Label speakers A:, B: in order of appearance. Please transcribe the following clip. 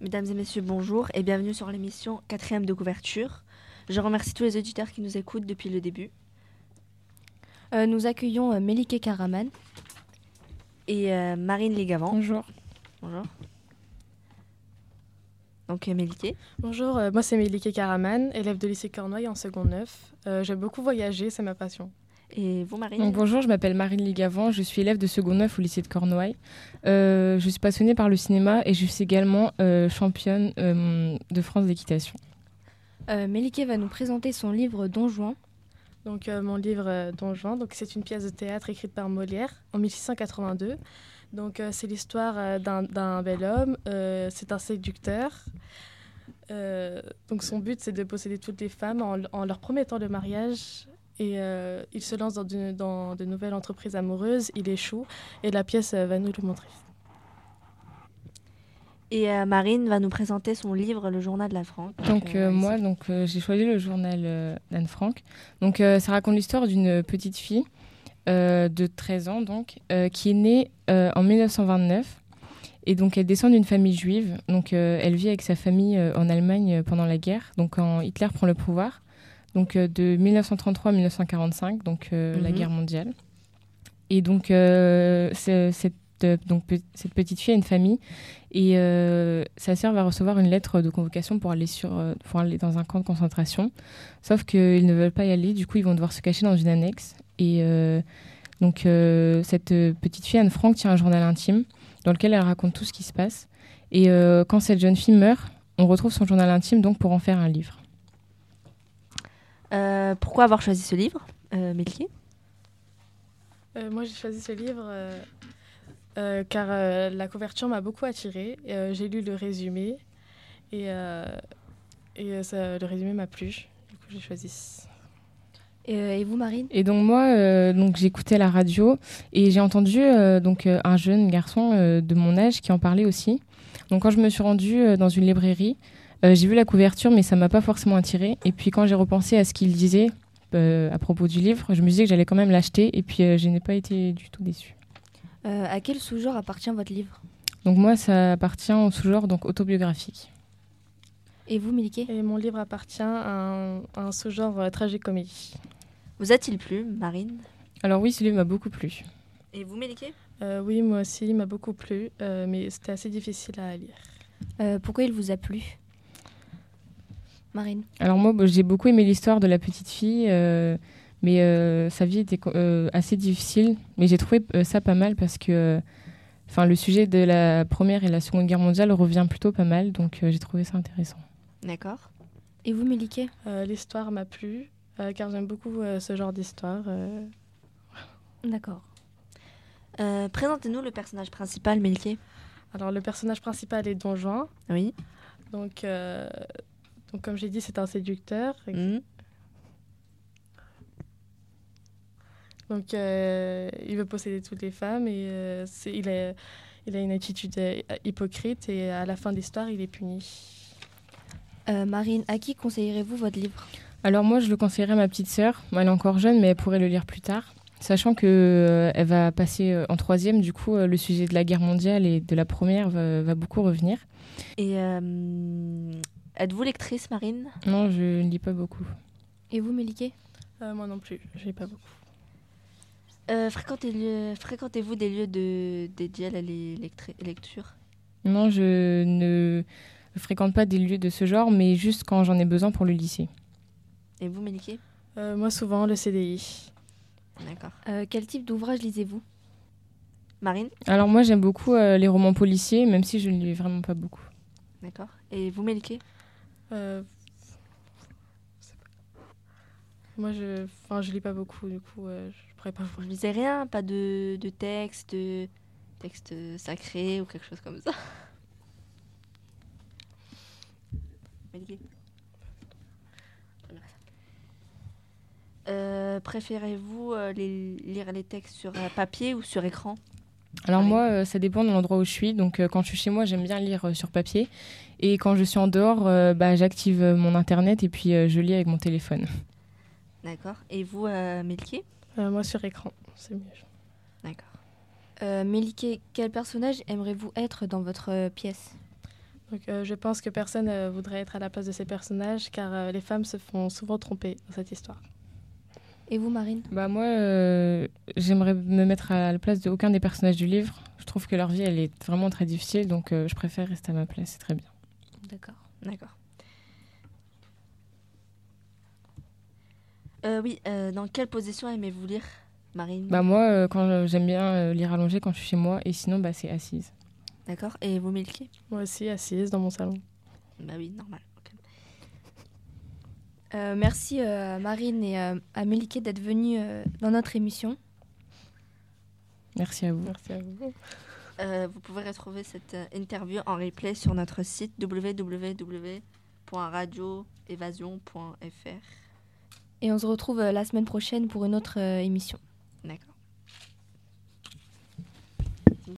A: Mesdames et messieurs, bonjour et bienvenue sur l'émission quatrième de couverture. Je remercie tous les auditeurs qui nous écoutent depuis le début.
B: Euh, nous accueillons euh, Melike Karaman.
A: Et euh, Marine Ligavant.
C: Bonjour.
A: Bonjour. Donc euh, Méliké.
C: Bonjour, euh, moi c'est Mélike Karaman, élève de lycée Cornouaille en seconde 9. J'aime beaucoup voyager, c'est ma passion.
A: Et vous Marine
D: Donc, bonjour, je m'appelle Marine Ligavant, je suis élève de seconde 9 au lycée de Cornouailles. Euh, je suis passionnée par le cinéma et je suis également euh, championne euh, de France d'équitation.
B: Euh, Melike va nous présenter son livre Don Juan.
C: Donc euh, mon livre euh, Don Juan, donc c'est une pièce de théâtre écrite par Molière en 1682. Donc euh, c'est l'histoire euh, d'un- d'un bel homme, euh, c'est un séducteur. Euh, donc son but c'est de posséder toutes les femmes en, en leur promettant le mariage et euh, il se lance dans, de- dans de nouvelles entreprises amoureuses, il échoue et la pièce euh, va nous le montrer.
A: Et euh, Marine va nous présenter son livre Le Journal de la France.
D: Donc euh,
A: euh,
D: moi, donc euh, j'ai choisi le journal euh, d'Anne Frank. Donc euh, ça raconte l'histoire d'une petite fille euh, de 13 ans donc euh, qui est née euh, en 1929 et donc elle descend d'une famille juive. Donc euh, elle vit avec sa famille euh, en Allemagne euh, pendant la guerre. Donc quand Hitler prend le pouvoir. Donc euh, de 1933 à 1945, donc euh, la
A: Mhm.
D: guerre mondiale. Et donc euh, c'est- cette euh, donc pe- cette petite fille a une famille et euh, sa sœur va recevoir une lettre de convocation pour aller, sur, euh, pour aller dans un camp de concentration. Sauf qu'ils ne veulent pas y aller, du coup ils vont devoir se cacher dans une annexe. Et euh, donc euh, cette euh, petite fille, Anne Frank, tient un journal intime dans lequel elle raconte tout ce qui se passe. Et euh, quand cette jeune fille meurt, on retrouve son journal intime donc pour en faire un livre.
A: Euh, pourquoi avoir choisi ce livre euh, Méliké
C: Euh, moi, j'ai choisi ce livre euh, euh, car euh, la couverture m'a beaucoup attirée. Euh, j'ai lu le résumé et, euh, et euh, ça- le résumé m'a plu. Du coup, j'ai choisi.
B: Et, euh, et vous, Marine
D: Et donc moi, euh, donc j'écoutais la radio et j'ai entendu euh, donc euh, un jeune garçon euh, de mon âge qui en parlait aussi. Donc quand je me suis rendue euh, dans une librairie, euh, j'ai vu la couverture mais ça m'a pas forcément attirée. Et puis quand j'ai repensé à ce qu'il disait euh, à propos du livre, je me suis dit que j'allais quand même l'acheter et puis euh, je n'ai pas été du tout déçue.
B: Euh, À quel sous-genre appartient votre livre
D: Donc moi, ça appartient au sous-genre donc autobiographique.
B: Et vous, Melike
C: Et mon livre appartient à un, à un sous-genre euh, tragicomédie.
A: Vous a-t-il plu Marine
D: Alors oui, ce livre m'a beaucoup plu.
A: Et vous Méliké
C: Euh, oui, moi aussi, il m'a beaucoup plu, euh, mais c'était assez difficile à lire.
B: Euh, Pourquoi il vous a plu Marine.
D: Alors moi, bah, j'ai beaucoup aimé l'histoire de la petite fille, euh, mais euh, sa vie était co- euh, assez difficile. Mais j'ai trouvé euh, ça pas mal parce que, euh, enfin, le sujet de la première et la seconde guerre mondiale revient plutôt pas mal, donc euh, j'ai trouvé ça intéressant.
A: D'accord.
B: Et vous, Melike
C: Euh, L'histoire m'a plu euh, car j'aime beaucoup euh, ce genre d'histoire. euh.
B: D'accord.
A: Euh, Présentez-nous le personnage principal Méliké.
C: Alors, le personnage principal est Don Juan.
A: Oui.
C: Donc, euh, donc comme j'ai dit, c'est un séducteur.
A: Mhm.
C: Donc, euh, il veut posséder toutes les femmes et euh, c'est- il, a, il a une attitude euh, hypocrite et à la fin de l'histoire, il est puni.
B: Euh, Marine, à qui conseillerez-vous votre livre
D: Alors moi, je le conseillerais à ma petite sœur. Moi, Elle est encore jeune, mais elle pourrait le lire plus tard, sachant que euh, elle va passer euh, en troisième. Du coup, euh, le sujet de la guerre mondiale et de la première va, va beaucoup revenir.
A: Et euh, êtes-vous lectrice Marine
D: Non, je ne lis pas beaucoup.
B: Et vous, Melike
C: Euh, moi non plus, je n'ai pas beaucoup.
A: Euh, fréquentez-le- Fréquentez-vous des lieux de, dédiés à la lé- lectri- lecture
D: Non, je ne fréquente pas des lieux de ce genre, mais juste quand j'en ai besoin pour le lycée.
A: Et vous Méliké
C: Euh, moi souvent, le CDI.
A: D'accord.
B: Euh, Quel type d'ouvrage lisez-vous
A: Marine
D: Alors moi, j'aime beaucoup euh, les romans policiers, même si je ne lis vraiment pas beaucoup.
A: D'accord. Et vous Méliké
C: Euh, je sais pas. Moi, je enfin, je lis pas beaucoup, du coup, euh, je ne pourrais pas vous
A: Vous lisez rien, pas de, de texte, de texte sacré ou quelque chose comme ça. Malgré. Euh, Préférez-vous euh, les- lire les textes sur euh, papier ou sur écran
D: Alors
A: Ouais.
D: moi, euh, ça dépend de l'endroit où je suis. Donc euh, quand je suis chez moi, j'aime bien lire euh, sur papier. Et quand je suis en dehors, euh, bah, j'active euh, mon internet et puis euh, je lis avec mon téléphone.
A: D'accord. Et vous, euh, Melquier
C: Euh, moi, sur écran, c'est mieux.
A: D'accord.
B: euh, Melike, quel personnage aimerez-vous être dans votre euh, pièce
C: Donc, euh, je pense que personne euh, voudrait être à la place de ces personnages car euh, les femmes se font souvent tromper dans cette histoire.
B: Et vous, Marine
D: Bah moi, euh, j'aimerais me mettre à la place de aucun des personnages du livre. Je trouve que leur vie, elle est vraiment très difficile, donc euh, je préfère rester à ma place, c'est très bien.
B: D'accord.
A: D'accord. Euh, oui, euh, dans quelle position aimez-vous lire, Marine
D: Bah moi, euh, quand euh, j'aime bien euh, lire allongé quand je suis chez moi, et sinon, bah c'est assise.
A: D'accord. Et vous, Milky
C: Moi aussi, assise dans mon salon.
A: Bah oui, normal. ok.
B: Euh, merci euh, à Marine et euh, à Melike d'être venues euh, dans notre émission.
D: Merci à vous.
C: Merci à vous.
A: Euh, vous pouvez retrouver cette euh, interview en replay sur notre site www.radioévasion.fr.
B: Et on se retrouve euh, la semaine prochaine pour une autre euh, émission.
A: D'accord.